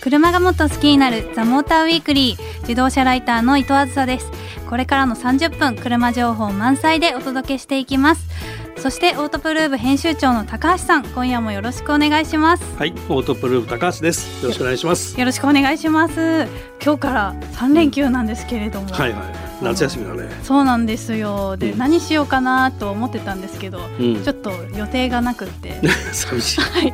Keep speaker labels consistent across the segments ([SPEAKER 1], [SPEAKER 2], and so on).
[SPEAKER 1] 車がもっと好きになるザモーターウィークリー自動車ライターの伊藤あずさですこれからの30分車情報満載でお届けしていきますそしてオートプルーブ編集長の高橋さん今夜もよろしくお願いします
[SPEAKER 2] はい、オートプルーブ高橋です。よろしくお願いします。
[SPEAKER 1] よろしくお願いします今日から3連休なんですけれども、
[SPEAKER 2] はいはい、夏休みだね。
[SPEAKER 1] そうなんですよで、
[SPEAKER 2] うん
[SPEAKER 1] 何しようかなと思ってたんですけど
[SPEAKER 2] うん
[SPEAKER 1] ちょっと予定がなくって
[SPEAKER 2] 寂しい。
[SPEAKER 1] はい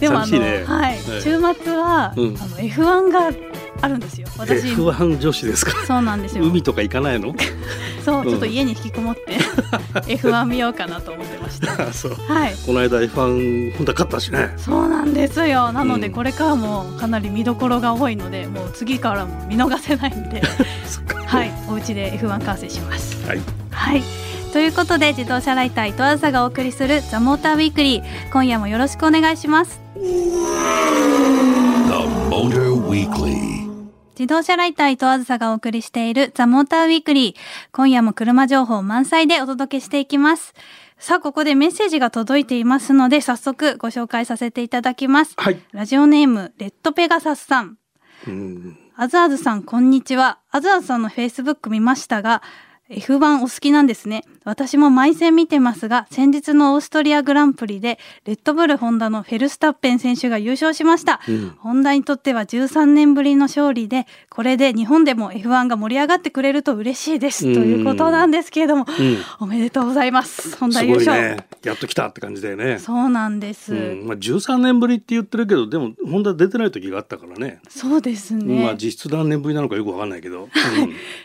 [SPEAKER 1] でもあ
[SPEAKER 2] 寂し
[SPEAKER 1] の、
[SPEAKER 2] いね
[SPEAKER 1] はい、
[SPEAKER 2] え
[SPEAKER 1] 週末は、
[SPEAKER 2] うん
[SPEAKER 1] あの F1 があるんですよ私
[SPEAKER 2] F1 女子ですか。
[SPEAKER 1] そうなんですよ
[SPEAKER 2] 海とか行かない の？
[SPEAKER 1] そう
[SPEAKER 2] うん
[SPEAKER 1] ちょっと家に引きこもって F1 見ようかなと思ってました
[SPEAKER 2] あそう。
[SPEAKER 1] はい
[SPEAKER 2] この間 F1 本当勝ったしね。
[SPEAKER 1] そうなんですよなので
[SPEAKER 2] うん
[SPEAKER 1] これからもかなり見どころが多いのでもう次からも見逃せないん で
[SPEAKER 2] そっか
[SPEAKER 1] はいお家で F1 観戦します
[SPEAKER 2] はい。
[SPEAKER 1] はい。ということで自動車ライター伊藤梓がお送りする「ザ・モーター・ウィークリー」今夜もよろしくお願いします。
[SPEAKER 3] The Motor Weekly.
[SPEAKER 1] 自動車ライター伊藤梓がお送りしている「ザ・モーター・ウィークリー」今夜も車情報満載でお届けしていきます。さあここでメッセージが届いていますので早速ご紹介させていただきます。
[SPEAKER 2] はい。
[SPEAKER 1] ラジオネームレッドペガサスさん
[SPEAKER 2] うん。
[SPEAKER 1] あずあずさん、こんにちは。あずあずさんのフェイスブック見ましたが、F1 お好きなんですね。私も毎戦見てますが、先日のオーストリアグランプリで、レッドブルホンダのフェルスタッペン選手が優勝しました。
[SPEAKER 2] うん
[SPEAKER 1] ホンダにとっては13年ぶりの勝利で、これで日本でも F1 が盛り上がってくれると嬉しいです。
[SPEAKER 2] うん
[SPEAKER 1] ということなんですけれども、
[SPEAKER 2] うん。
[SPEAKER 1] おめでとうございます。ホンダ
[SPEAKER 2] す
[SPEAKER 1] 優
[SPEAKER 2] ごい
[SPEAKER 1] 勝。
[SPEAKER 2] ね。やっと来たって感じだよね。
[SPEAKER 1] そうなんです。
[SPEAKER 2] うん。まあ13年ぶりって言ってるけど、でも本当は出てない時があったからね。
[SPEAKER 1] そうですね。
[SPEAKER 2] まあ実質何年ぶりなのかよくわかんないけど。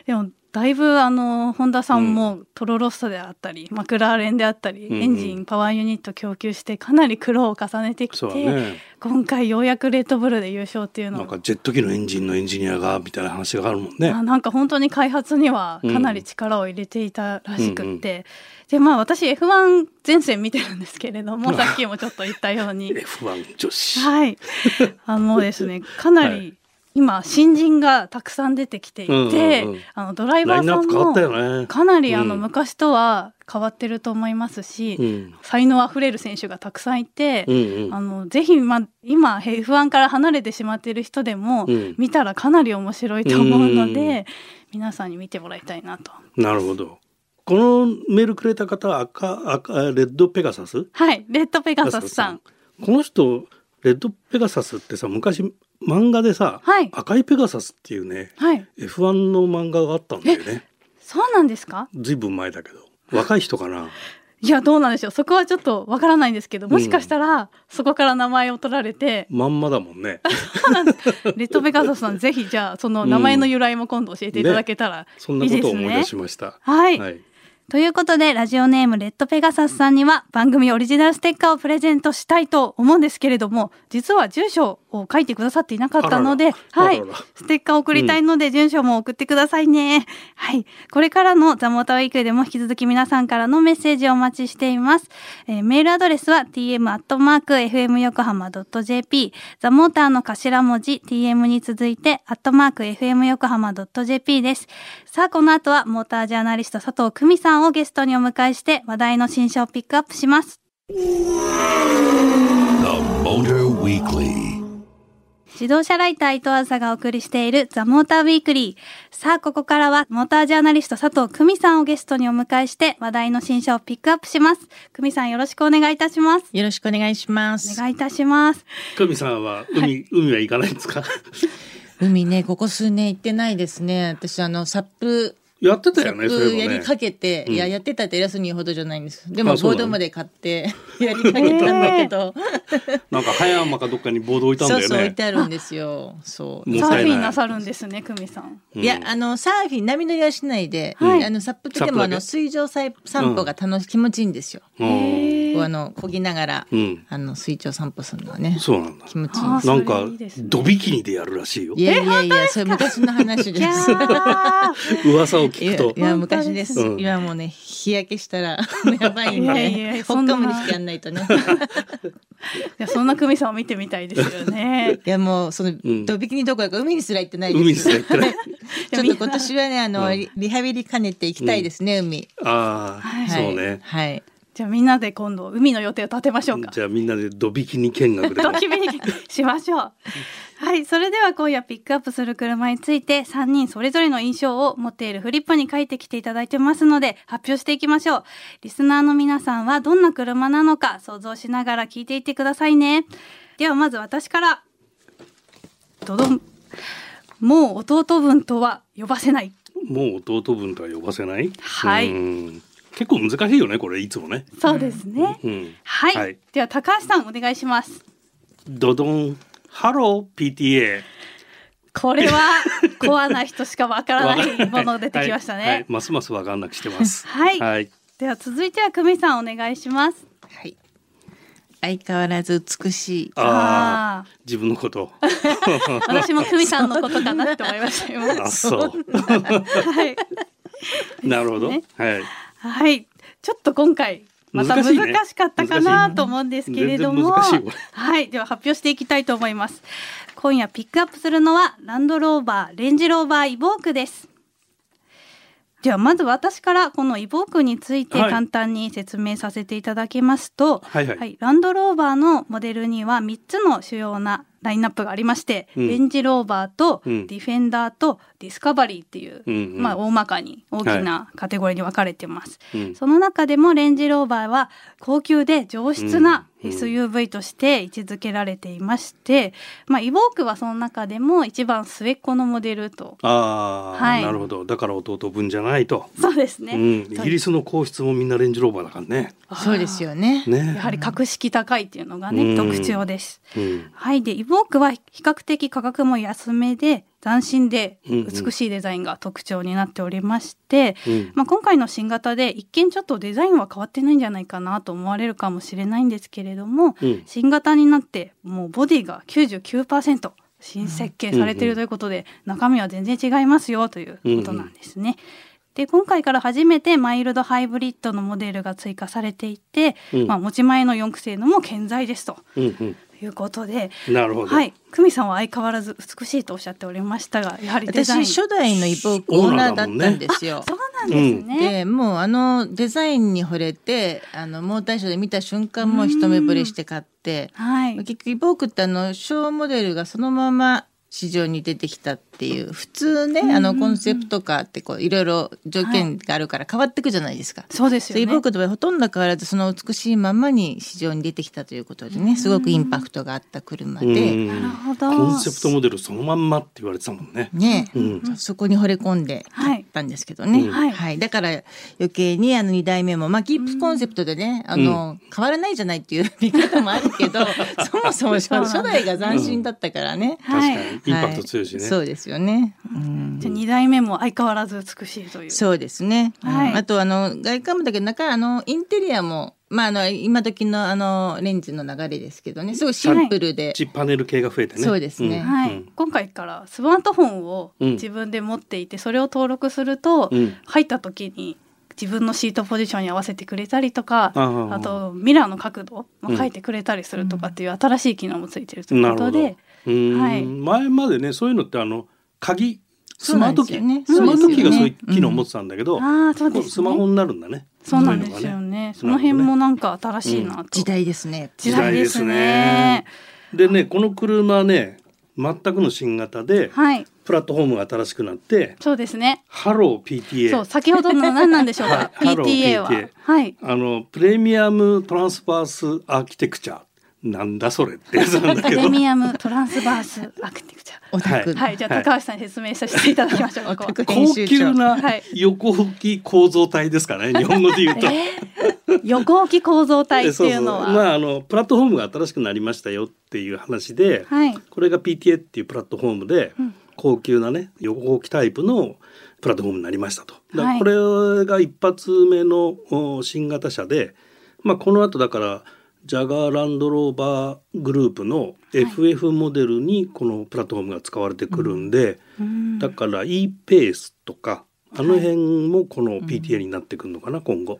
[SPEAKER 1] でもだいぶあの本田さんもトロロッソであったり、マクラーレンであったり、
[SPEAKER 2] うんうん
[SPEAKER 1] エンジンパワーユニット供給してかなり苦労を重ねてき
[SPEAKER 2] そう
[SPEAKER 1] て、
[SPEAKER 2] だね。
[SPEAKER 1] 今回ようやくレッドブルで優勝っていうの
[SPEAKER 2] なん
[SPEAKER 1] は
[SPEAKER 2] かジェット機のエンジンのエンジニアがみたいな話があるもんね
[SPEAKER 1] あ。なんか本当に開発にはかなり力を入れていたらしくって、でまあ私 F1 全戦見てるんですけれどもさっきもちょっと言ったよ うに
[SPEAKER 2] F1 女子。
[SPEAKER 1] はいあのですねかな
[SPEAKER 2] は
[SPEAKER 1] り今新人がたくさん出てきていて、
[SPEAKER 2] うんうんうん
[SPEAKER 1] あのドライ
[SPEAKER 2] ラ
[SPEAKER 1] バ
[SPEAKER 2] インナ
[SPEAKER 1] ーさ
[SPEAKER 2] ッ
[SPEAKER 1] ん
[SPEAKER 2] プ変わ
[SPEAKER 1] も
[SPEAKER 2] ったよね。
[SPEAKER 1] かなりあの
[SPEAKER 2] うん
[SPEAKER 1] 昔とは変わってると思いますし、
[SPEAKER 2] うん。
[SPEAKER 1] 才能あふれる選手がたくさんいて、
[SPEAKER 2] うんうん。
[SPEAKER 1] あのぜひ、ま、今 F1 から離れてしまっている人でも、
[SPEAKER 2] うん
[SPEAKER 1] 見たらかなり面白いと思うので、
[SPEAKER 2] うん
[SPEAKER 1] 皆さんに見てもらいたいなと。
[SPEAKER 2] なるほど。このメールくれた方は赤、赤、レッドペガサス
[SPEAKER 1] はい、レッドペガサスさん。。
[SPEAKER 2] この人、レッドペガサスってさ、昔漫画でさ、
[SPEAKER 1] はい
[SPEAKER 2] 赤いペガサスっていうね、
[SPEAKER 1] はい、
[SPEAKER 2] F1 の漫画があったんだよね。
[SPEAKER 1] そうなんですか
[SPEAKER 2] ずいぶん前だけど。若い人かな。
[SPEAKER 1] いやどうなんでしょうそこはちょっとわからないんですけどもしかしたらそこから名前を取られて、
[SPEAKER 2] まんまだもんね。
[SPEAKER 1] レッドペガサスさんぜひじゃあその名前の由来も今度教えていただけたら
[SPEAKER 2] そん
[SPEAKER 1] い
[SPEAKER 2] ないこ
[SPEAKER 1] で
[SPEAKER 2] とを
[SPEAKER 1] す
[SPEAKER 2] 思い
[SPEAKER 1] ね
[SPEAKER 2] 出。しました。
[SPEAKER 1] はい、
[SPEAKER 2] はい。
[SPEAKER 1] ということでラジオネームレッドペガサスさんには番組オリジナルステッカーをプレゼントしたいと思うんですけれども実は住所を書いてくださっていなかったので
[SPEAKER 2] あらら
[SPEAKER 1] は
[SPEAKER 2] あ
[SPEAKER 1] い
[SPEAKER 2] らら
[SPEAKER 1] ステッカーを送りたいので住所も送ってくださいね、はいこれからのザモーターウィークでも引き続き皆さんからのメッセージをお待ちしています、えーメールアドレスは tm アットマーク fm 横浜 jp ザモーターの頭文字 tm に続いてアットマーク fm 横浜 jp ですさあこの後はモータージャーナリスト佐藤久美さんをゲストにお迎えして話題の新車をピックアップします
[SPEAKER 3] The Motor Weekly.
[SPEAKER 1] 自動車ライター伊藤梓がお送りしているザ・モーターウィークリー。さあ、ここからはモータージャーナリスト佐藤久美さんをゲストにお迎えして話題の新車をピックアップします。久美さんよろしくお願いいたします。
[SPEAKER 4] よろしくお願いしま
[SPEAKER 1] お
[SPEAKER 4] す。
[SPEAKER 1] 願いいたします。
[SPEAKER 2] 久美さんは海、海は行かないんですか
[SPEAKER 4] 海ね、ここ数年行ってないですね。私、あの、サップ、
[SPEAKER 2] やってた
[SPEAKER 4] サ
[SPEAKER 2] よ
[SPEAKER 4] ッ
[SPEAKER 2] ね、そうい
[SPEAKER 4] プ
[SPEAKER 2] え
[SPEAKER 4] や
[SPEAKER 2] ばね
[SPEAKER 4] りかけて、
[SPEAKER 2] うん
[SPEAKER 4] いや、やってたって偉そうに言うほどじゃないんです。でも、
[SPEAKER 2] あそう
[SPEAKER 4] ボ
[SPEAKER 2] な
[SPEAKER 4] ー
[SPEAKER 2] の
[SPEAKER 4] ドまで買って、 やりかけたんだけど、
[SPEAKER 2] なんか葉山かどっかにボード置いたんだ
[SPEAKER 4] そ
[SPEAKER 2] よ
[SPEAKER 4] う
[SPEAKER 2] ね。
[SPEAKER 4] そう、置いてあるんですよ。そう。
[SPEAKER 2] も
[SPEAKER 1] サ
[SPEAKER 2] ったいな
[SPEAKER 1] ー
[SPEAKER 2] い
[SPEAKER 1] フィンなさるんですね、久美さん。
[SPEAKER 2] うん
[SPEAKER 4] いや、あの、サーフィン、波乗りはしないで、
[SPEAKER 1] はい
[SPEAKER 4] あの、サップって
[SPEAKER 2] サッ
[SPEAKER 4] で
[SPEAKER 2] プだ
[SPEAKER 4] も、
[SPEAKER 2] け
[SPEAKER 4] あの、水上さい散歩が楽し、気持ちいいんですよ。
[SPEAKER 2] うん
[SPEAKER 4] こうあの、漕ぎながら、
[SPEAKER 2] うん
[SPEAKER 4] あの、水上散歩するのはね、
[SPEAKER 2] そうなんだ。
[SPEAKER 4] 気持ちい
[SPEAKER 1] あ
[SPEAKER 4] いで
[SPEAKER 1] ー
[SPEAKER 4] す。
[SPEAKER 2] なんか
[SPEAKER 1] それいいですね
[SPEAKER 2] ドビキニでやるらしいよ
[SPEAKER 4] い。やいやいや、それ昔の話
[SPEAKER 1] い
[SPEAKER 4] で
[SPEAKER 1] や
[SPEAKER 4] す。
[SPEAKER 1] ー
[SPEAKER 2] 噂を
[SPEAKER 4] い
[SPEAKER 2] 聞
[SPEAKER 4] や
[SPEAKER 2] くと
[SPEAKER 4] い。や
[SPEAKER 1] 本当です
[SPEAKER 4] 昔です、
[SPEAKER 2] うん
[SPEAKER 4] 今もうね日焼けしたら やばいん
[SPEAKER 1] い
[SPEAKER 4] で
[SPEAKER 1] やい やいやそ
[SPEAKER 4] ほ
[SPEAKER 1] ん
[SPEAKER 4] っ
[SPEAKER 1] な
[SPEAKER 4] かむりしてやんないとね
[SPEAKER 1] いやそんな久美さんを見てみたいですよね。
[SPEAKER 4] いやもうその
[SPEAKER 2] ん
[SPEAKER 4] ドビキニどころか海にすら行ってないです
[SPEAKER 2] 海にすら行ってない。
[SPEAKER 4] ちょっと今年はねあの、リハビリ兼ねて行きたいですね、海
[SPEAKER 2] ああ、
[SPEAKER 4] はい
[SPEAKER 2] そうね。
[SPEAKER 4] はい
[SPEAKER 1] じゃあみんなで今度海の予定を立てましょうか
[SPEAKER 2] じゃあみんなでドビキニ見学で
[SPEAKER 1] ドキビリしましょう。はい、それでは今夜ピックアップする車について3人それぞれの印象を持っているフリップに書いてきていただいてますので発表していきましょう。リスナーの皆さんはどんな車なのか想像しながら聞いていってくださいね。ではまず私から。ドドン。もう弟分とは呼ばせない。
[SPEAKER 2] もう弟分とは呼ばせない
[SPEAKER 1] はい
[SPEAKER 2] うん結構難しいよねこれいつもね、
[SPEAKER 1] そうですね。
[SPEAKER 2] うん、
[SPEAKER 1] はい、
[SPEAKER 2] はい
[SPEAKER 1] では高橋さんお願いします。
[SPEAKER 2] ドドンハロー PTA
[SPEAKER 1] これ はコアな人しかわから ないもの出てきました
[SPEAKER 2] はいはい
[SPEAKER 1] ね。
[SPEAKER 2] ますますわかんなくして ます
[SPEAKER 1] はい
[SPEAKER 2] はい、
[SPEAKER 1] では続いては久美さんお願いします。
[SPEAKER 4] はい。相変わらず美しい。
[SPEAKER 2] ああ
[SPEAKER 1] あ
[SPEAKER 2] 自分の こと
[SPEAKER 1] ー、私も久美さんのことかなって思いました よ。
[SPEAKER 2] あそう
[SPEAKER 1] はい、
[SPEAKER 2] なるほど、
[SPEAKER 1] ね
[SPEAKER 2] はい
[SPEAKER 1] はい、ちょっと今回また
[SPEAKER 2] 難しいね
[SPEAKER 1] 難しかったかなと思うんですけれども、
[SPEAKER 2] 難しい全然難しい
[SPEAKER 1] はい、では発表していきたいと思います。今夜ピックアップするのはランドローバー、レンジローバー、イボークです。ではまず私からこのイボークについて
[SPEAKER 2] はい
[SPEAKER 1] 簡単に説明させていただきますと、
[SPEAKER 2] はいはい
[SPEAKER 1] ランドローバーのモデルには3つの主要なラインナップがありまして、
[SPEAKER 2] うん
[SPEAKER 1] レンジローバーと
[SPEAKER 2] う
[SPEAKER 1] デ
[SPEAKER 2] ん
[SPEAKER 1] ィフェンダーとディスカバリーっていう、
[SPEAKER 2] うんうん
[SPEAKER 1] まあ大まかに大きなカテゴリーに分かれてます。
[SPEAKER 2] うん
[SPEAKER 1] その中でもレンジローバーは高級で上質な
[SPEAKER 2] うんうん
[SPEAKER 1] SUV として位置づけられていまして、まあ、イボークはその中でも一番末っ子のモデルと。
[SPEAKER 2] ああ、
[SPEAKER 1] はい
[SPEAKER 2] なるほどだから弟分じゃないと、
[SPEAKER 1] そうですね。
[SPEAKER 2] うん、イ
[SPEAKER 1] そう
[SPEAKER 2] ギリスの皇室もみんなレンジローバーだからね
[SPEAKER 4] そうですよね。
[SPEAKER 2] ね
[SPEAKER 1] やはり格式高いっていうのがね、
[SPEAKER 2] うん
[SPEAKER 1] 特徴です。
[SPEAKER 2] うん
[SPEAKER 1] はい。で、イボークは比較的価格も安めで、斬新で
[SPEAKER 2] うんうん
[SPEAKER 1] 美しいデザインが特徴になっておりまして、
[SPEAKER 2] うん
[SPEAKER 1] まあ、今回の新型で一見ちょっとデザインは変わってないんじゃないかなと思われるかもしれないんですけれども、
[SPEAKER 2] うん
[SPEAKER 1] 新型になってもうボディが99%新設計されているということで、中身は全然違いますよということなんですね。で今回から初めてマイルドハイブリッドのモデルが追加されていて、
[SPEAKER 2] うん
[SPEAKER 1] まあ、持ち前の4駆性能も健在ですと
[SPEAKER 2] うん
[SPEAKER 1] いうことで、
[SPEAKER 2] うん、なるほど、
[SPEAKER 1] はい、久美さんは相変わらず美しいとおっしゃっておりましたがやはりデ
[SPEAKER 4] 私
[SPEAKER 1] ザイン
[SPEAKER 4] 初代のイボークオーナーだったんですよ。
[SPEAKER 1] そうなんですね。
[SPEAKER 4] でもうあのデザインに惚れてあのモーターショーで見た瞬間もう一目惚れして買って、
[SPEAKER 1] はい、
[SPEAKER 4] 結局イボークってあの小モデルがそのまま市場に出てきたっていう普通ね、あのコンセプトカーってこういろいろ条件があるから変わってくじゃないですか。
[SPEAKER 1] そうですよ
[SPEAKER 4] そうイボー
[SPEAKER 1] ね。
[SPEAKER 4] クの場合ほとんど変わらずその美しいままに市場に出てきたということでねすごくインパクトがあった車
[SPEAKER 2] うん
[SPEAKER 4] で、
[SPEAKER 1] なるほど。
[SPEAKER 2] コンセプトモデルそのまんまって言われてたもんね。
[SPEAKER 4] ね、
[SPEAKER 2] うん
[SPEAKER 4] そこに惚れ込んで買ったんですけどね、
[SPEAKER 2] はい
[SPEAKER 1] はい
[SPEAKER 4] だから余計にあの2代目も、まあ、キープコンセプトでね、あの変わらないじゃないっていう見方もあるけどそもそも初
[SPEAKER 1] そうなんだ
[SPEAKER 4] 初代が斬新だったからね、
[SPEAKER 1] うんはい
[SPEAKER 2] 確かにインパクト強いしね。
[SPEAKER 4] はそうですよね、うん
[SPEAKER 1] じゃあ二代目も相変わらず美しいという。
[SPEAKER 4] そうですね、
[SPEAKER 1] はい
[SPEAKER 4] うんあとあの外観もだけど中あのインテリアも、まあ、あの今時のあのレンジの流れですけどねすごいシンプルで、
[SPEAKER 2] チップパネル系が増えてね。
[SPEAKER 4] そうですね
[SPEAKER 2] ん
[SPEAKER 1] はい、今回からスマートフォンを
[SPEAKER 2] うん
[SPEAKER 1] 自分で持っていて、それを登録すると、
[SPEAKER 2] うん
[SPEAKER 1] 入った時に自分のシートポジションに合わせてくれたりとか
[SPEAKER 2] あー
[SPEAKER 1] あとミラーの角度も
[SPEAKER 2] うん
[SPEAKER 1] 変えてくれたりするとかっていう新しい機能もついてるという
[SPEAKER 2] な
[SPEAKER 1] こ
[SPEAKER 2] るほ
[SPEAKER 1] と
[SPEAKER 2] ど。
[SPEAKER 1] で
[SPEAKER 2] う、ーん
[SPEAKER 1] はい
[SPEAKER 2] 前までねそういうのってあの鍵スマート機、
[SPEAKER 4] そうなんです
[SPEAKER 2] ス
[SPEAKER 4] よね
[SPEAKER 2] マート機がそういう
[SPEAKER 4] うん
[SPEAKER 2] 機能を持ってたんだけど、
[SPEAKER 1] ああそうですね
[SPEAKER 2] スマホになるんだね。
[SPEAKER 1] そうなんです
[SPEAKER 2] そういう
[SPEAKER 1] よ
[SPEAKER 2] のが
[SPEAKER 1] ね
[SPEAKER 2] ね
[SPEAKER 1] その辺もなんか新しいなと、
[SPEAKER 4] 時代ですね。
[SPEAKER 1] 時代ですね
[SPEAKER 2] でねこの車ね全くの新型で、
[SPEAKER 1] はい
[SPEAKER 2] プラットフォームが新しくなって
[SPEAKER 1] そうですね
[SPEAKER 2] ハロー PTA。
[SPEAKER 1] そう先ほどの何なんでしょ うか
[SPEAKER 2] はい
[SPEAKER 1] PTA は
[SPEAKER 2] PTA
[SPEAKER 1] はい
[SPEAKER 2] あのプレミアムトランスバースアーキテクチャなんだそれってやつなんだ
[SPEAKER 1] プ
[SPEAKER 2] けど
[SPEAKER 1] レミアムトランスバースアクティクチャ
[SPEAKER 4] オタク、
[SPEAKER 2] うん
[SPEAKER 1] はい、じゃあ高橋さんに説明させていただきましょう。
[SPEAKER 4] オ
[SPEAKER 1] ここ
[SPEAKER 4] タク編
[SPEAKER 2] 高
[SPEAKER 4] 集長
[SPEAKER 2] 級な
[SPEAKER 1] はい
[SPEAKER 2] 横置き構造体ですかね、日本語で言 うと。
[SPEAKER 1] 横置き構造体
[SPEAKER 2] で
[SPEAKER 1] って
[SPEAKER 2] そう
[SPEAKER 1] い
[SPEAKER 2] そうう
[SPEAKER 1] のは、
[SPEAKER 2] まああのプラットフォームが新しくなりましたよっていう話で、
[SPEAKER 1] はい
[SPEAKER 2] これが PTA っていうプラットフォームで、高級なね横置きタイプのプラットフォームになりましたと。だ
[SPEAKER 1] はい
[SPEAKER 2] これが一発目のお新型車で、まあ、この後だからジャガーランドローバーグループの FF モデルにこのプラットフォームが使われてくるんで。
[SPEAKER 1] うん
[SPEAKER 2] だから e ペースとかあの辺もこの PTA になってくるのかな、今後。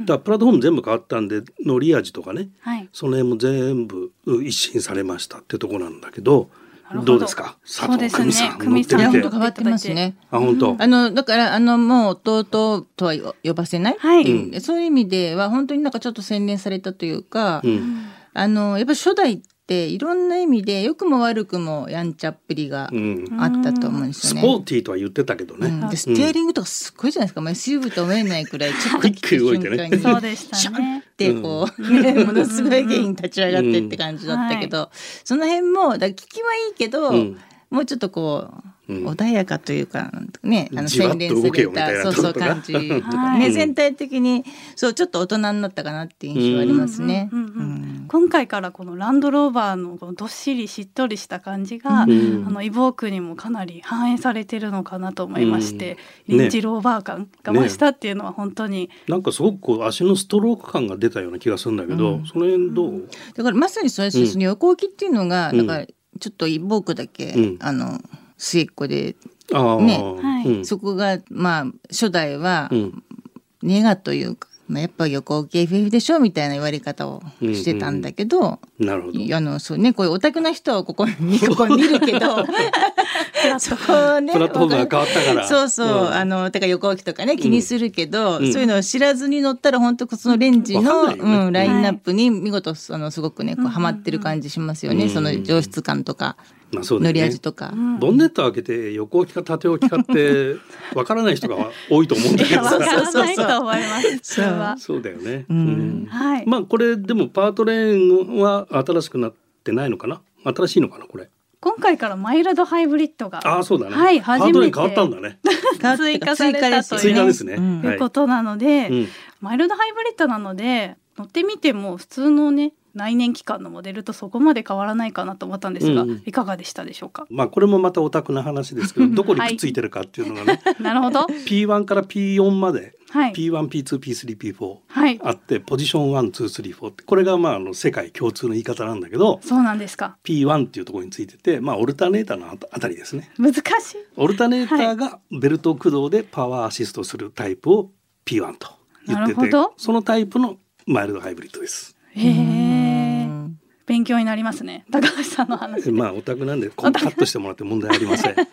[SPEAKER 2] だからプラットフォーム全部変わったんで乗り味とかね
[SPEAKER 1] はい、
[SPEAKER 2] その辺も全部う一新されましたってとこなんだけど
[SPEAKER 1] るほ
[SPEAKER 2] どうですか佐
[SPEAKER 1] そう
[SPEAKER 2] 藤
[SPEAKER 1] ですね。
[SPEAKER 2] 久美さん
[SPEAKER 4] い
[SPEAKER 2] 乗っ
[SPEAKER 4] や
[SPEAKER 2] てみ
[SPEAKER 1] 久美さ
[SPEAKER 4] 本当
[SPEAKER 2] て
[SPEAKER 1] ん
[SPEAKER 4] 変わってますね。
[SPEAKER 2] あ本当、
[SPEAKER 4] あのだからあのもう弟とはよ呼ばせないっていう、
[SPEAKER 2] は
[SPEAKER 4] そういう意味では本当になんかちょっと洗練されたというか、
[SPEAKER 2] うん
[SPEAKER 4] あのやっぱ初代っていろんな意味で良くも悪くもやんちゃっぷりが
[SPEAKER 2] うん、
[SPEAKER 4] あったと思うんです
[SPEAKER 2] ス
[SPEAKER 4] よね。
[SPEAKER 2] ポーティーとは言ってたけどね、
[SPEAKER 4] うんでステアリングとかすごいじゃないですか、まあ SUV と思えないくらいちょっ と
[SPEAKER 2] 一気に動いてね
[SPEAKER 4] 来た瞬
[SPEAKER 1] そ
[SPEAKER 4] 間
[SPEAKER 1] う
[SPEAKER 4] に
[SPEAKER 1] でしたね。
[SPEAKER 4] でこう、ねものすごい原因立ち上がってって感じだったけど、その辺もだから聞きはいいけど、
[SPEAKER 2] うん
[SPEAKER 4] もうちょっとこう、
[SPEAKER 2] うん
[SPEAKER 4] 穏やかというかねあの
[SPEAKER 2] じわっと
[SPEAKER 4] 洗練さ
[SPEAKER 2] 動け
[SPEAKER 4] れ
[SPEAKER 2] よみたい
[SPEAKER 4] た
[SPEAKER 2] な
[SPEAKER 4] そうそ
[SPEAKER 2] と
[SPEAKER 4] う
[SPEAKER 2] ころ
[SPEAKER 4] 感じ、
[SPEAKER 1] はい
[SPEAKER 4] ね、全体的にそうちょっと大人になったかなっていう印象ありますね。
[SPEAKER 1] うんうんうんうん
[SPEAKER 4] うん
[SPEAKER 1] 今回からこのランドローバーのこのどっしりしっとりした感じが、
[SPEAKER 2] うん
[SPEAKER 1] あのイボークにもかなり反映されてるのかなと思いまして、
[SPEAKER 2] うんね
[SPEAKER 1] リンチローバー感が増したっていうのは本当に、
[SPEAKER 2] なんかすごくこう足のストローク感が出たような気がするんだけど、
[SPEAKER 4] うん
[SPEAKER 2] その辺どう、
[SPEAKER 4] だからまさにそうです、
[SPEAKER 2] うん
[SPEAKER 4] その横置きっていうのが、
[SPEAKER 2] うん
[SPEAKER 4] だからちょっと僕だけ、
[SPEAKER 2] うん
[SPEAKER 4] あの末っ子で、
[SPEAKER 2] ああ、
[SPEAKER 4] ね
[SPEAKER 1] はい
[SPEAKER 2] うん
[SPEAKER 4] そこがまあ初代は、
[SPEAKER 2] うん
[SPEAKER 4] ネガというか、まあ、やっぱ横置き FF でしょみたいな言われ方をしてたんだけど、
[SPEAKER 2] なるほど。
[SPEAKER 4] あのそうねこういうオタクな人はここ にここに見るけどそこをね
[SPEAKER 2] プラットフォームが変わったから。
[SPEAKER 4] そうそう、
[SPEAKER 2] ん
[SPEAKER 4] あのだから横置きとかね気にするけど、
[SPEAKER 2] うん
[SPEAKER 4] そういうのを知らずに乗ったら本当そのレンジ
[SPEAKER 2] わ
[SPEAKER 4] の、
[SPEAKER 2] かんないよね
[SPEAKER 4] うん、ラインナップに見事あのすごくねこうハマってる感じしますよね、
[SPEAKER 2] うん
[SPEAKER 4] その上質感とか、
[SPEAKER 2] まあそうだ
[SPEAKER 4] 乗
[SPEAKER 2] よね
[SPEAKER 4] り味とか。
[SPEAKER 2] ボンネット開けて横置きか縦置きかってわからない人が多いと思うんだ けど
[SPEAKER 1] わ
[SPEAKER 4] そ
[SPEAKER 1] か
[SPEAKER 4] う
[SPEAKER 2] さ
[SPEAKER 4] そう
[SPEAKER 1] らないと思います。それは
[SPEAKER 2] そうだよね。
[SPEAKER 4] うん
[SPEAKER 1] はい。
[SPEAKER 2] まあこれでもパートレーンは新しくなってないのかな新しいのかなこれ。
[SPEAKER 1] 今回からマイルドハイブリッドが
[SPEAKER 2] ああそうだね。
[SPEAKER 1] はい
[SPEAKER 2] パー
[SPEAKER 1] 初
[SPEAKER 2] トレー
[SPEAKER 1] め
[SPEAKER 2] ン
[SPEAKER 1] て
[SPEAKER 2] 変わったんだね。
[SPEAKER 1] 追加されたという
[SPEAKER 2] 追加ですね。
[SPEAKER 4] うん
[SPEAKER 1] と
[SPEAKER 2] はいいう
[SPEAKER 1] ことなので、
[SPEAKER 2] うん
[SPEAKER 1] マイルドハイブリッドなので乗ってみても普通のね内燃機関のモデルとそこまで変わらないかなと思ったんですが、
[SPEAKER 2] うんうん
[SPEAKER 1] いかがでしたでしょうか
[SPEAKER 2] まあこれもまたオタクな話ですけ どどこにくっついてるかっていうのがね、
[SPEAKER 1] なる ほど
[SPEAKER 2] P1 から P4 まで、
[SPEAKER 1] はい
[SPEAKER 2] P1P2P3P4
[SPEAKER 1] はい
[SPEAKER 2] あってポジション12344ってこれがまああの世界共通の言い方なんだけど
[SPEAKER 1] そうなんですか
[SPEAKER 2] P1 っていうところについてて、まあ、オルタネーターのあたあたりですね。
[SPEAKER 1] 難しい
[SPEAKER 2] オルタネーターがベルト駆動でパワーアシストするタイプを P1 と言って
[SPEAKER 1] なるほ
[SPEAKER 2] て
[SPEAKER 1] ど
[SPEAKER 2] そのタイプのマイルドハイブリッドです。
[SPEAKER 1] へえ
[SPEAKER 4] うん
[SPEAKER 1] 勉強になりますね高橋さんの話
[SPEAKER 2] まあオタクなんでこうカットしてもらって問題ありませ ん。はい、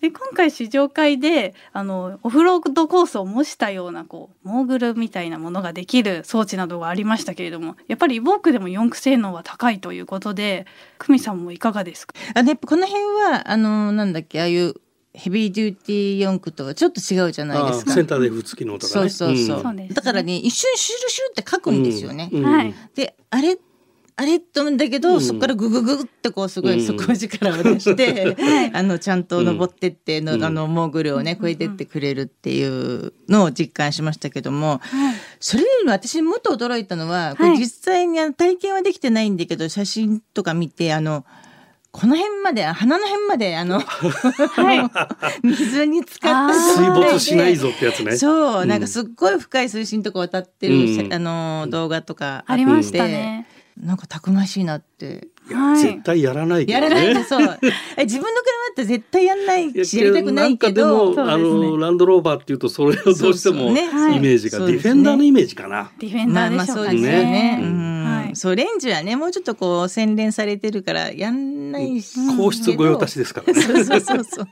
[SPEAKER 1] で今回試乗会であのオフロードコースを模したようなこうモーグルみたいなものができる装置などがありましたけれどもやっぱりイボークでも四駆性能は高いということで久美さんもいかがですか
[SPEAKER 4] あのやっぱこの辺はあのなんだっけああいうヘビーデューティー四駆とはちょっと違うじゃない
[SPEAKER 2] あ
[SPEAKER 4] で
[SPEAKER 2] あ
[SPEAKER 4] すか。
[SPEAKER 2] センターで付付きの音が
[SPEAKER 4] そう
[SPEAKER 2] ね。
[SPEAKER 4] そうそう。
[SPEAKER 1] そうですね
[SPEAKER 4] だからね一瞬シュルシュルって書く
[SPEAKER 2] うん
[SPEAKER 4] んですよね。
[SPEAKER 2] うん
[SPEAKER 1] はい
[SPEAKER 4] であれあれと思うんだけど、
[SPEAKER 2] うん
[SPEAKER 4] そこからググググってこうすご
[SPEAKER 2] う
[SPEAKER 4] い
[SPEAKER 2] ん
[SPEAKER 4] 底力を出して、
[SPEAKER 1] はい
[SPEAKER 4] あのちゃんと登ってっての、
[SPEAKER 2] うん
[SPEAKER 4] あのモーグルをね越えてってくれるっていうのを実感しましたけども、それよりも私もっと驚いたのは、これ
[SPEAKER 1] はい
[SPEAKER 4] 実際にあの体験はできてないんだけど写真とか見てあのこの辺まで鼻の辺まであ の
[SPEAKER 1] はい
[SPEAKER 4] 水に浸かった
[SPEAKER 2] 水
[SPEAKER 4] 状態で
[SPEAKER 2] 没しないぞってやつね。
[SPEAKER 4] そう、
[SPEAKER 2] うん
[SPEAKER 4] なんかすっごい深い水深とか渡ってる、
[SPEAKER 2] うん
[SPEAKER 4] あの動画とか
[SPEAKER 1] ありましたね。
[SPEAKER 4] なんかたくましいなって。
[SPEAKER 2] いや
[SPEAKER 1] はい
[SPEAKER 2] 絶対やらないけ
[SPEAKER 4] や
[SPEAKER 2] ど
[SPEAKER 4] ら
[SPEAKER 2] ね。
[SPEAKER 4] ないで そう。え自分の車だったら絶対やんないし、やりたくないけど。
[SPEAKER 2] んかでもあ
[SPEAKER 1] そうです
[SPEAKER 2] のランドローバーっていうとそれをどうしても
[SPEAKER 4] そうそう
[SPEAKER 2] イ
[SPEAKER 4] ね
[SPEAKER 1] はい
[SPEAKER 2] メージが
[SPEAKER 4] そう
[SPEAKER 2] デ
[SPEAKER 4] です
[SPEAKER 2] ィ
[SPEAKER 4] ね
[SPEAKER 2] フェンダーのイメージかな。
[SPEAKER 1] ディフェンダーでしょう
[SPEAKER 4] そう
[SPEAKER 1] か
[SPEAKER 4] ですよ
[SPEAKER 1] ね
[SPEAKER 4] ね。。
[SPEAKER 2] う
[SPEAKER 4] うんん、
[SPEAKER 1] はい
[SPEAKER 4] そうレンジはねもうちょっとこう洗練されてるからやんないし。
[SPEAKER 2] 皇室御用達ですからね。
[SPEAKER 4] そうそうそ うそう。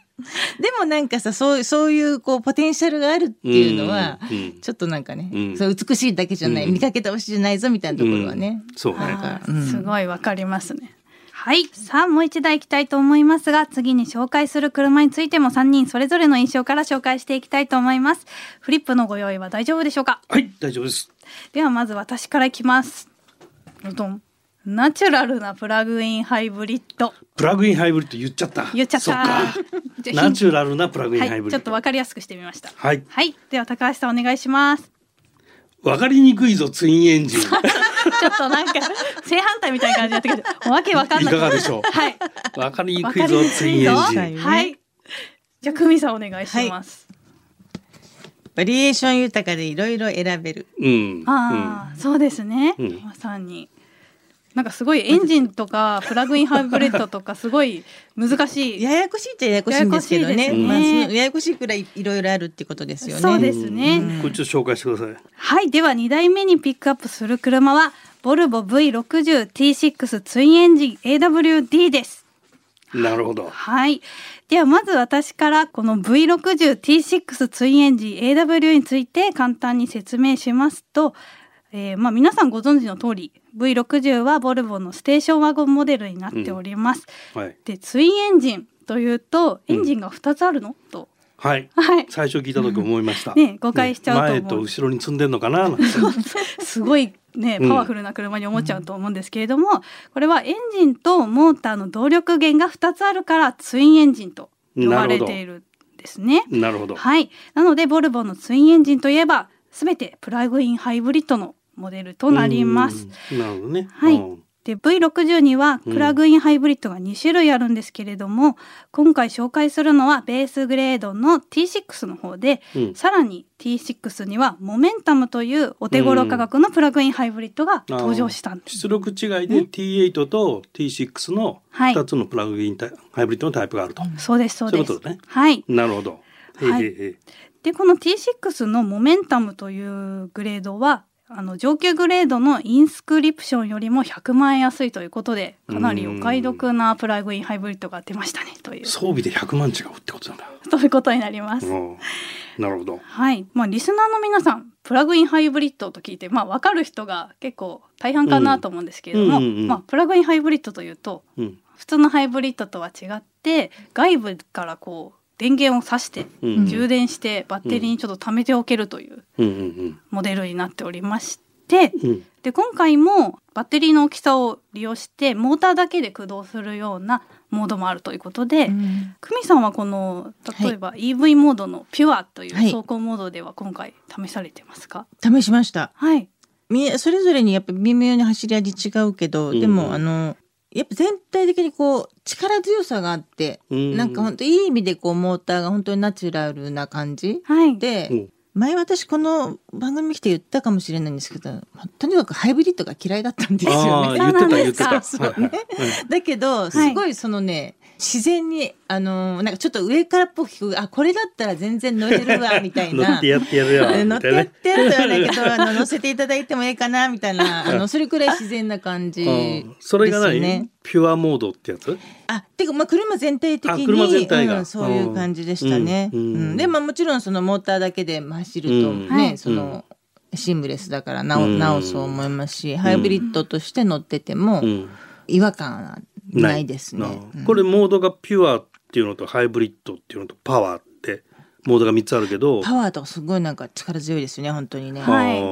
[SPEAKER 4] でもなんかさそうそういうこうポテンシャルがあるっていうのは、
[SPEAKER 2] うんうん
[SPEAKER 4] ちょっとなんかね、
[SPEAKER 2] うん
[SPEAKER 4] そう美しいだけじゃない、
[SPEAKER 2] うん
[SPEAKER 4] 見かけ倒しじゃないぞみたいなところはね。
[SPEAKER 2] うんそうね。
[SPEAKER 4] なん
[SPEAKER 1] あ
[SPEAKER 4] か
[SPEAKER 1] ー
[SPEAKER 4] うん
[SPEAKER 1] すごいわかりますね。はい。さあ、もう一台行きたいと思いますが、次に紹介する車についても3人それぞれの印象から紹介していきたいと思います。フリップのご用意は大丈夫でしょうか
[SPEAKER 2] はい、大丈夫です。
[SPEAKER 1] ではまず私からいきます。どどん。ナチュラルなプラグインハイブリッド。
[SPEAKER 2] プラグインハイブリッド言っちゃった。
[SPEAKER 1] 言っちゃっ
[SPEAKER 2] そ
[SPEAKER 1] た
[SPEAKER 2] か。
[SPEAKER 1] じゃあ
[SPEAKER 2] ナチュラルなプラグイン
[SPEAKER 1] は
[SPEAKER 2] ハイブ
[SPEAKER 1] い。
[SPEAKER 2] リ
[SPEAKER 1] ちょ
[SPEAKER 2] ッ
[SPEAKER 1] っと
[SPEAKER 2] ド。
[SPEAKER 1] わかりやすくしてみました。
[SPEAKER 2] はい、
[SPEAKER 1] はい。では高橋さんお願いします。
[SPEAKER 2] わかりにくいぞ、ツインエンジ ン。
[SPEAKER 1] ちょっとなんか 正反対みたいな感じになってきて、わけわかん
[SPEAKER 2] い
[SPEAKER 1] ない。
[SPEAKER 2] かがでしょう。
[SPEAKER 1] はい。
[SPEAKER 2] わかりに
[SPEAKER 1] わ
[SPEAKER 2] く
[SPEAKER 1] か
[SPEAKER 2] い
[SPEAKER 1] り
[SPEAKER 2] ぞ
[SPEAKER 1] に、
[SPEAKER 2] ツ
[SPEAKER 1] く
[SPEAKER 2] イ
[SPEAKER 1] い
[SPEAKER 2] ンエ
[SPEAKER 1] ぞ。
[SPEAKER 2] ン
[SPEAKER 4] わか
[SPEAKER 2] ジ
[SPEAKER 4] り
[SPEAKER 2] ン。
[SPEAKER 4] にくいぞ
[SPEAKER 1] はい。じゃあ、久美さんお願いします。
[SPEAKER 4] バリエーション豊かでいろいろ選べる。
[SPEAKER 2] うん。
[SPEAKER 1] ああ、そうですね。
[SPEAKER 2] うん
[SPEAKER 1] まさに。なんかすごいエンジンとかプラグインハイブレッドとかすごい難しい。
[SPEAKER 4] ややこしいっちゃややこしいんですけどね。
[SPEAKER 1] ややこしいですね
[SPEAKER 4] まあそのややこしいくらいいろいろあるってことですよね。
[SPEAKER 1] そうですね。
[SPEAKER 2] うん。これちょっと紹介してください。
[SPEAKER 1] はい、では2台目にピックアップする車は、ボルボ V60T6 ツインエンジン AWD です。
[SPEAKER 2] なるほど。
[SPEAKER 1] はい。ではまず私からこの V60T6 ツインエンジン AW について簡単に説明しますと、えーまあ皆さんご存知の通り V60 はボルボのステーションワゴンモデルになっております。
[SPEAKER 2] はい。
[SPEAKER 1] でツインエンジンというとエンジンが2つあるの、と。
[SPEAKER 2] はい。
[SPEAKER 1] はい。
[SPEAKER 2] 最初聞いた時思いました。
[SPEAKER 1] ね誤解しちゃうと思う
[SPEAKER 2] ね前と後ろに積んでんのかな。なんて
[SPEAKER 1] すごいね
[SPEAKER 2] うん
[SPEAKER 1] パワフルな車に思っちゃうと思うんですけれども、これはエンジンとモーターの動力源が2つあるからツインエンジンと呼ばれているんですね。
[SPEAKER 2] なるほど。
[SPEAKER 1] はい、なのでボルボのツインエンジンといえば全てプラグインハイブリッドのモデルとなります。
[SPEAKER 2] うん。なるほどね。
[SPEAKER 1] はい
[SPEAKER 2] うん
[SPEAKER 1] で V60 にはプラグインハイブリッドが2種類あるんですけれども、今回紹介するのはベースグレードの T6 の方で、
[SPEAKER 2] うん
[SPEAKER 1] さらに T6 にはモメンタムというお手頃価格のプラグインハイブリッドが登場したんです。
[SPEAKER 2] 出力違いで T8 と T6 の
[SPEAKER 1] はい
[SPEAKER 2] 2つのプラグインタイハイブリッドのタイプがあると。
[SPEAKER 1] そうですそうです。
[SPEAKER 2] そういうことね
[SPEAKER 1] はい。
[SPEAKER 2] なるほど。
[SPEAKER 1] はい
[SPEAKER 2] へいへいへい
[SPEAKER 1] でこの T6 のモメンタムというグレードはあの上級グレードのインスクリプションよりも100万円安いということでかなりお買い得なプラグインハイブリッドが出ましたねという
[SPEAKER 2] 装備で100万違うってことなんだ。
[SPEAKER 1] そういうことになります。
[SPEAKER 2] うんなるほど。
[SPEAKER 1] はい、まあ、リスナーの皆さんプラグインハイブリッドと聞いて、まあ、分かる人が結構大半かなと思うんですけれども、
[SPEAKER 2] うんうんうんうん
[SPEAKER 1] まあ、プラグインハイブリッドというと
[SPEAKER 2] うん。
[SPEAKER 1] 普通のハイブリッドとは違って外部からこう電源を挿して
[SPEAKER 2] うんうん
[SPEAKER 1] 充電してバッテリーにちょっと貯めておけるという
[SPEAKER 2] うんうん
[SPEAKER 1] モデルになっておりまして
[SPEAKER 2] うん。うん。
[SPEAKER 1] で今回もバッテリーの大きさを利用してモーターだけで駆動するようなモードもあるということで、久美さんはこの例えば EV モードのピュアという
[SPEAKER 4] はい
[SPEAKER 1] 走行モードでは今回試されてますか
[SPEAKER 4] 試しました
[SPEAKER 1] はい、
[SPEAKER 4] みそれぞれにやっぱ微妙に走り味違うけど、
[SPEAKER 2] うん
[SPEAKER 4] でもあのやっぱ全体的にこう力強さがあって、
[SPEAKER 2] うん
[SPEAKER 4] なんか本当いい意味でこうモーターが本当にナチュラルな感じ
[SPEAKER 1] はい、
[SPEAKER 4] で、
[SPEAKER 2] うん
[SPEAKER 4] 前私この番組来て言ったかもしれないんですけどとにかくハイブリッドが嫌いだったんです
[SPEAKER 2] あ
[SPEAKER 4] よ
[SPEAKER 2] あ
[SPEAKER 4] ね。
[SPEAKER 2] 言ってた言って
[SPEAKER 1] そうなん
[SPEAKER 2] た。
[SPEAKER 1] で
[SPEAKER 4] そうね
[SPEAKER 2] はいはい
[SPEAKER 4] だけどすごいそのね、自然にあのなんかちょっと上からっぽく聞くあこれだったら全然乗れるわみたい
[SPEAKER 2] うん乗っ
[SPEAKER 4] な
[SPEAKER 2] て。やってやるよ。
[SPEAKER 4] え
[SPEAKER 2] み
[SPEAKER 4] 乗ったて
[SPEAKER 2] いな
[SPEAKER 4] やっ
[SPEAKER 2] ね
[SPEAKER 4] てやるとはないけど、あの乗せていただいてもいいかなみたい な、あのそれくらい自然な感じで
[SPEAKER 2] う
[SPEAKER 4] す
[SPEAKER 2] ん
[SPEAKER 4] ね。
[SPEAKER 2] それが何、ピュアモードってやつ
[SPEAKER 4] あ、てかまあ車全体的
[SPEAKER 2] あ
[SPEAKER 4] に
[SPEAKER 2] 車全体が
[SPEAKER 4] うん、そういう感じでしたね。
[SPEAKER 2] う
[SPEAKER 4] うんん
[SPEAKER 2] うん
[SPEAKER 4] でまあもちろんそのモーターだけでまあ走ると
[SPEAKER 2] うん
[SPEAKER 1] は
[SPEAKER 4] ね、
[SPEAKER 1] い
[SPEAKER 4] その、シングレスだからな
[SPEAKER 2] う
[SPEAKER 4] お
[SPEAKER 2] ん
[SPEAKER 4] なおそう思いますし、ハイブリッドとして乗ってても
[SPEAKER 2] うん
[SPEAKER 4] 違和感はないですね。
[SPEAKER 2] ああ
[SPEAKER 4] うん
[SPEAKER 2] これモードがピュアっていうのとハイブリッドっていうのとパワーってモードが3つあるけど、
[SPEAKER 4] パワーとかすごいなんか力強いですよね本当にね。
[SPEAKER 1] は
[SPEAKER 2] ああ
[SPEAKER 1] い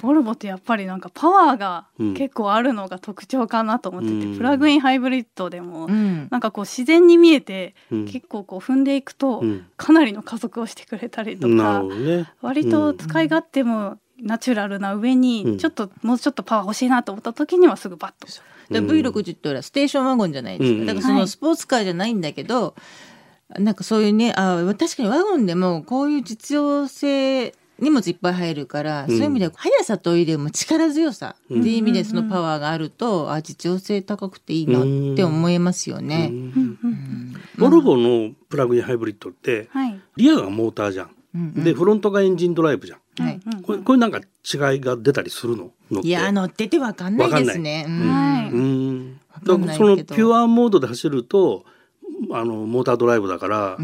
[SPEAKER 1] ボルボってやっぱりなんかパワーが
[SPEAKER 2] うん
[SPEAKER 1] 結構あるのが特徴かなと思ってて、
[SPEAKER 2] うん
[SPEAKER 1] プラグインハイブリッドでも
[SPEAKER 4] うん。
[SPEAKER 1] なんかこう自然に見えて、
[SPEAKER 2] うん
[SPEAKER 1] 結構こう踏んでいくと
[SPEAKER 2] うん
[SPEAKER 1] かなりの加速をしてくれたりと
[SPEAKER 2] な
[SPEAKER 1] か、
[SPEAKER 2] るほどね。
[SPEAKER 1] 割と使い勝手もナチュラルな上に、
[SPEAKER 2] うん
[SPEAKER 1] ちょっともうちょっとパワー欲しいなと思った時にはすぐバッと。
[SPEAKER 4] で V60 ってほらステーションワゴンじゃないですか、
[SPEAKER 2] うん
[SPEAKER 4] だからそ
[SPEAKER 1] は
[SPEAKER 4] の
[SPEAKER 1] い
[SPEAKER 4] スポーツカーじゃないんだけど、なんかそういうねあ確かにワゴンでもこういう実用性荷物いっぱい入るから、そういう意味では速さというよりも力強さっていう意味でそのパワーがあると、あ実用性高くていいなって思いますよね。
[SPEAKER 1] うんうん
[SPEAKER 2] ボルボのプラグインハイブリッドって
[SPEAKER 1] はい。
[SPEAKER 2] リアがモーターじゃん。
[SPEAKER 4] うん
[SPEAKER 2] でフロントがエンジンドライブじゃん。
[SPEAKER 4] はい
[SPEAKER 1] うん
[SPEAKER 2] これこれなんか違いが出たりするの乗って
[SPEAKER 4] いや乗っててわかんないですね。うん
[SPEAKER 1] は
[SPEAKER 2] う
[SPEAKER 1] い。
[SPEAKER 2] ん
[SPEAKER 4] わか
[SPEAKER 2] だから
[SPEAKER 4] んない
[SPEAKER 2] そ
[SPEAKER 4] け
[SPEAKER 2] の
[SPEAKER 4] ど
[SPEAKER 2] ピュアモードで走るとあのモータードライブだから、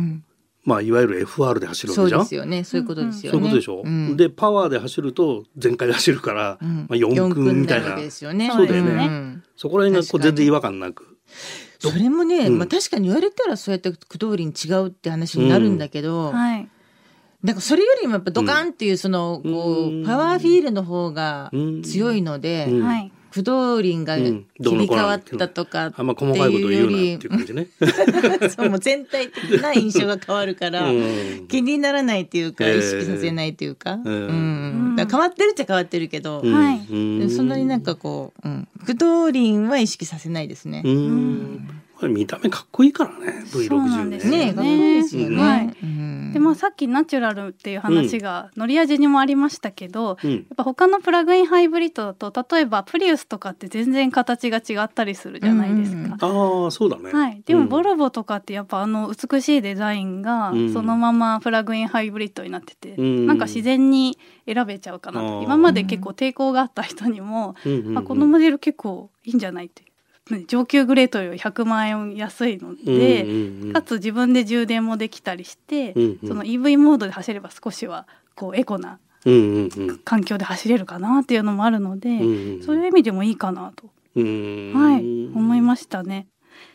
[SPEAKER 2] まあ、いわゆる FR で走る
[SPEAKER 4] そ
[SPEAKER 2] わ
[SPEAKER 4] う
[SPEAKER 2] けじゃ
[SPEAKER 4] で
[SPEAKER 2] ん
[SPEAKER 4] すよね。そういうことですよ
[SPEAKER 2] そう
[SPEAKER 4] ね。
[SPEAKER 2] いうことでしょ、
[SPEAKER 4] ん
[SPEAKER 2] でパワーで走ると全開で走るから、まあ、4駆
[SPEAKER 4] 四駆
[SPEAKER 2] み
[SPEAKER 4] み
[SPEAKER 2] た
[SPEAKER 4] た
[SPEAKER 2] い
[SPEAKER 4] い
[SPEAKER 2] な
[SPEAKER 4] なですよね。
[SPEAKER 1] そうだよね
[SPEAKER 4] ん
[SPEAKER 2] そこら辺がこう
[SPEAKER 4] 確か
[SPEAKER 2] 全
[SPEAKER 4] に
[SPEAKER 2] 然違和感なく
[SPEAKER 4] それもね、
[SPEAKER 2] うん
[SPEAKER 4] まあ確かに言われたらそうやって句通りに違うって話になるんだけど、
[SPEAKER 1] はい。
[SPEAKER 4] なんかそれよりもやっぱドカンっていうその、こ
[SPEAKER 2] うん
[SPEAKER 4] うパワーフィールの方が強いので、
[SPEAKER 2] うん
[SPEAKER 1] はい。
[SPEAKER 4] 駆動輪が
[SPEAKER 2] う
[SPEAKER 4] 切
[SPEAKER 2] んどうの
[SPEAKER 4] り
[SPEAKER 2] こう
[SPEAKER 4] 替わ
[SPEAKER 2] のっ
[SPEAKER 4] って
[SPEAKER 2] いう
[SPEAKER 4] たとかって
[SPEAKER 2] あんま細かいこと言うな
[SPEAKER 4] い
[SPEAKER 2] っ
[SPEAKER 4] うよ
[SPEAKER 2] ていう
[SPEAKER 4] り
[SPEAKER 2] 感じね。
[SPEAKER 4] そうもう全体的な印象が変わる から、
[SPEAKER 2] うん
[SPEAKER 4] 気にならないっていうか
[SPEAKER 2] ええ
[SPEAKER 4] 意識させないっていうか,、
[SPEAKER 2] え
[SPEAKER 4] うん、だから変わってるっちゃ変わってるけど、
[SPEAKER 2] うん
[SPEAKER 1] はい
[SPEAKER 2] うん
[SPEAKER 4] そんなになんかこう、うん、駆動輪は意識させないですね。
[SPEAKER 2] うんこれ見た目かっこいいからね
[SPEAKER 1] そうな
[SPEAKER 2] V60
[SPEAKER 1] んで
[SPEAKER 2] ね
[SPEAKER 1] す
[SPEAKER 4] ねえ、かっこいいですよね。
[SPEAKER 1] はい
[SPEAKER 4] うん
[SPEAKER 1] でまあさっきナチュラルっていう話が乗り味にもありましたけど、
[SPEAKER 2] うん
[SPEAKER 1] やっぱ他のプラグインハイブリッドだと例えばプリウスとかって全然形が違ったりするじゃないです
[SPEAKER 4] うんうん
[SPEAKER 1] か。
[SPEAKER 2] ああそうだね、
[SPEAKER 1] はい、でもボ
[SPEAKER 2] ボ
[SPEAKER 1] ルボとかってやっぱあの美しいデザインが
[SPEAKER 2] うん
[SPEAKER 1] そのままプラグインハイブリッドになってて、
[SPEAKER 2] うん
[SPEAKER 1] なんか自然に選べちゃうかな
[SPEAKER 2] あー
[SPEAKER 1] と今まで結構抵抗があった人にも、
[SPEAKER 2] うんうんうん
[SPEAKER 1] あこのモデル結構いいんじゃないってね上級グレートより100万円安いので、かつ自分で充電もできたりして、
[SPEAKER 2] うんうん
[SPEAKER 1] その EV モードで走れば少しはこうエコな
[SPEAKER 2] うんうんうん
[SPEAKER 1] 環境で走れるかなっていうのもあるので、
[SPEAKER 2] うんうん
[SPEAKER 1] そういう意味でもいいかなと、
[SPEAKER 2] うん
[SPEAKER 1] はい、思いましたね。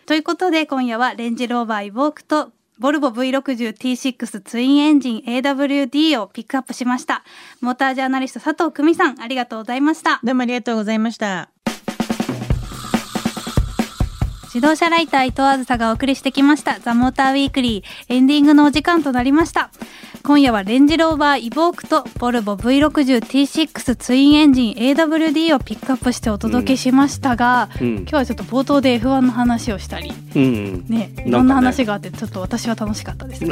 [SPEAKER 1] ということで今夜はレンジローバーイボークとボルボ V60T6 ツインエンジン AWD をピックアップしました。モータージャーナリスト佐藤久美さんありがとうございました。
[SPEAKER 4] どうもありがとうございました。
[SPEAKER 1] 自動車ライター伊藤あずさがお送りしてきましたザ・モーターウィークリーエンディングのお時間となりました今夜はレンジローバーイボークとボルボ V60T6 ツインエンジン AWD をピックアップしてお届けしましたが、
[SPEAKER 2] うん
[SPEAKER 1] 今日はちょっと冒頭で F1 の話をしたり
[SPEAKER 2] うんうん
[SPEAKER 1] ね
[SPEAKER 2] かね
[SPEAKER 1] いろんな話があってちょっと私は楽しかった です、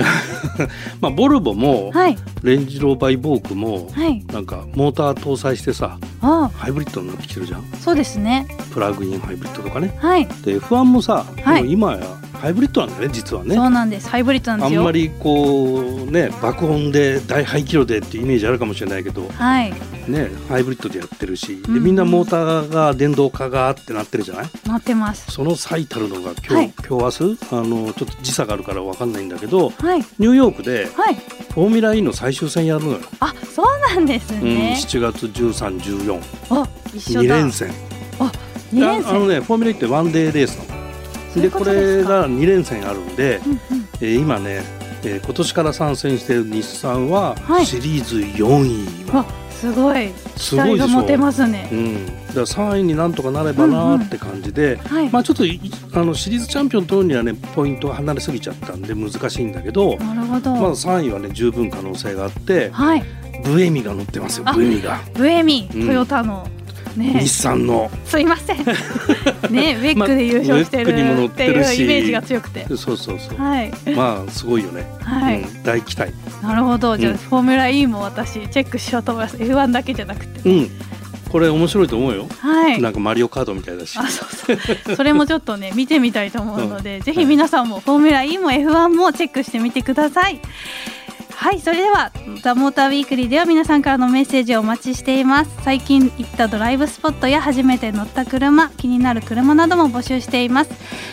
[SPEAKER 2] まあボルボも
[SPEAKER 1] はい
[SPEAKER 2] レンジローバーイボークも
[SPEAKER 1] はい
[SPEAKER 2] なんかモーター搭載してさ
[SPEAKER 1] あ
[SPEAKER 2] ハイブリッドになってきてるじゃん
[SPEAKER 1] あそうですね
[SPEAKER 2] プラグインハイブリッドとかね
[SPEAKER 1] はい
[SPEAKER 2] で F1 もさ、
[SPEAKER 1] はい
[SPEAKER 2] もう今やハイブリッドなんだよね実はね
[SPEAKER 1] そうなんですハイブリッドなん
[SPEAKER 2] あ
[SPEAKER 1] です
[SPEAKER 2] ん
[SPEAKER 1] よ
[SPEAKER 2] まりこうね爆音で大排気量でっていうイメージあるかもしれないけど
[SPEAKER 1] はい
[SPEAKER 2] ねハイブリッドでやってるしで
[SPEAKER 1] うん
[SPEAKER 2] みんなモーターが電動化がってなってるじゃない
[SPEAKER 1] なってます
[SPEAKER 2] その最たるのが今日,、
[SPEAKER 1] はい
[SPEAKER 2] 今日明日あのちょっと時差があるから分かんないんだけど
[SPEAKER 1] はい
[SPEAKER 2] ニューヨークで
[SPEAKER 1] はい
[SPEAKER 2] フォーミュラ E の最終戦やるのよ、
[SPEAKER 1] あそうなんです
[SPEAKER 2] うん、
[SPEAKER 1] ね、
[SPEAKER 2] 7月1314、
[SPEAKER 1] あ一緒
[SPEAKER 2] 2
[SPEAKER 1] だ
[SPEAKER 2] 連戦
[SPEAKER 1] 二連
[SPEAKER 2] ああの
[SPEAKER 1] 戦
[SPEAKER 2] ねフォーミュラ E ってワンデーレースなの
[SPEAKER 1] そうい
[SPEAKER 2] で
[SPEAKER 1] うこ
[SPEAKER 2] ことれ
[SPEAKER 1] ですか
[SPEAKER 2] が2連戦あるんで、
[SPEAKER 1] うんうん
[SPEAKER 2] えー今ね、えー今年から参戦している日産は
[SPEAKER 1] はい
[SPEAKER 2] シリーズ4位今、
[SPEAKER 1] わすごい
[SPEAKER 2] す
[SPEAKER 1] 期
[SPEAKER 2] ご
[SPEAKER 1] 待
[SPEAKER 2] いで
[SPEAKER 1] が
[SPEAKER 2] しょ
[SPEAKER 1] 持てますね
[SPEAKER 2] うん、だから3位になんとかなればなーって感じで、
[SPEAKER 1] はい、
[SPEAKER 2] まあ、ちょっといあのシリーズチャンピオン取るにはねポイントが離れすぎちゃったんで難しいんだけど、
[SPEAKER 1] なるほど、
[SPEAKER 2] まあ、3位はね十分可能性があって
[SPEAKER 1] はい
[SPEAKER 2] ブエミが乗ってますよ
[SPEAKER 1] あ
[SPEAKER 2] ブエミが
[SPEAKER 1] ブエミ
[SPEAKER 2] うん
[SPEAKER 1] トヨタの、ね
[SPEAKER 2] 日産の
[SPEAKER 1] すいま せんねウェッ
[SPEAKER 2] まあ
[SPEAKER 1] クで優勝してる
[SPEAKER 2] ウェックにも乗っ
[SPEAKER 1] って
[SPEAKER 2] てるし
[SPEAKER 1] いうイメージが強くて
[SPEAKER 2] そうそうそう、
[SPEAKER 1] はい
[SPEAKER 2] まあすごいよね、
[SPEAKER 1] はい、
[SPEAKER 2] うん、大期待
[SPEAKER 1] なるほどじゃあ、
[SPEAKER 2] うん
[SPEAKER 1] フォーミュラ E も私チェックしようと思います F1 だけじゃなくて、
[SPEAKER 2] うんこれ面白いと思うよ、
[SPEAKER 1] はい
[SPEAKER 2] なんかマリオカードみたいだし
[SPEAKER 1] あそうそうそれもちょっとね見てみたいと思うので、ぜひ皆さんもフォーミュラ E も F1 もチェックしてみてくださいはいそれでは「ザ・モーターウィークリーでは皆さんからのメッセージをお待ちしています最近行ったドライブスポットや初めて乗った車気になる車なども募集しています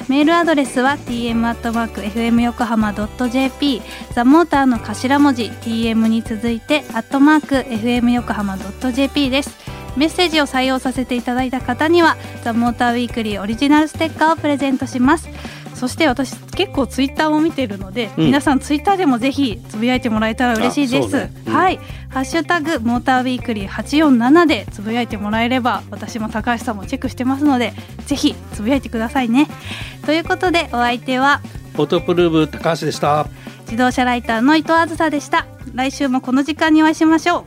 [SPEAKER 1] メールアドレスは tm.fmyokohama.jp ザ・モーターの頭文字 tm に続いて .fmyokohama.jp ですメッセージを採用させていただいた方には「ザ・モーターウィークリーオリジナルステッカーをプレゼントしますそして私結構ツイッターも見てるので、
[SPEAKER 2] うん
[SPEAKER 1] 皆さんツイッターでもぜひつぶやいてもらえたら嬉しいで
[SPEAKER 2] あ
[SPEAKER 1] す、
[SPEAKER 2] そうねうん
[SPEAKER 1] はい「ハッシュタグモーターウィークリー847」でつぶやいてもらえれば私も高橋さんもチェックしてますのでぜひつぶやいてくださいねということでお相手は
[SPEAKER 2] フォトプルーブ高橋でした
[SPEAKER 1] 自動車ライターの伊藤あずさでした来週もこの時間にお会いしましょう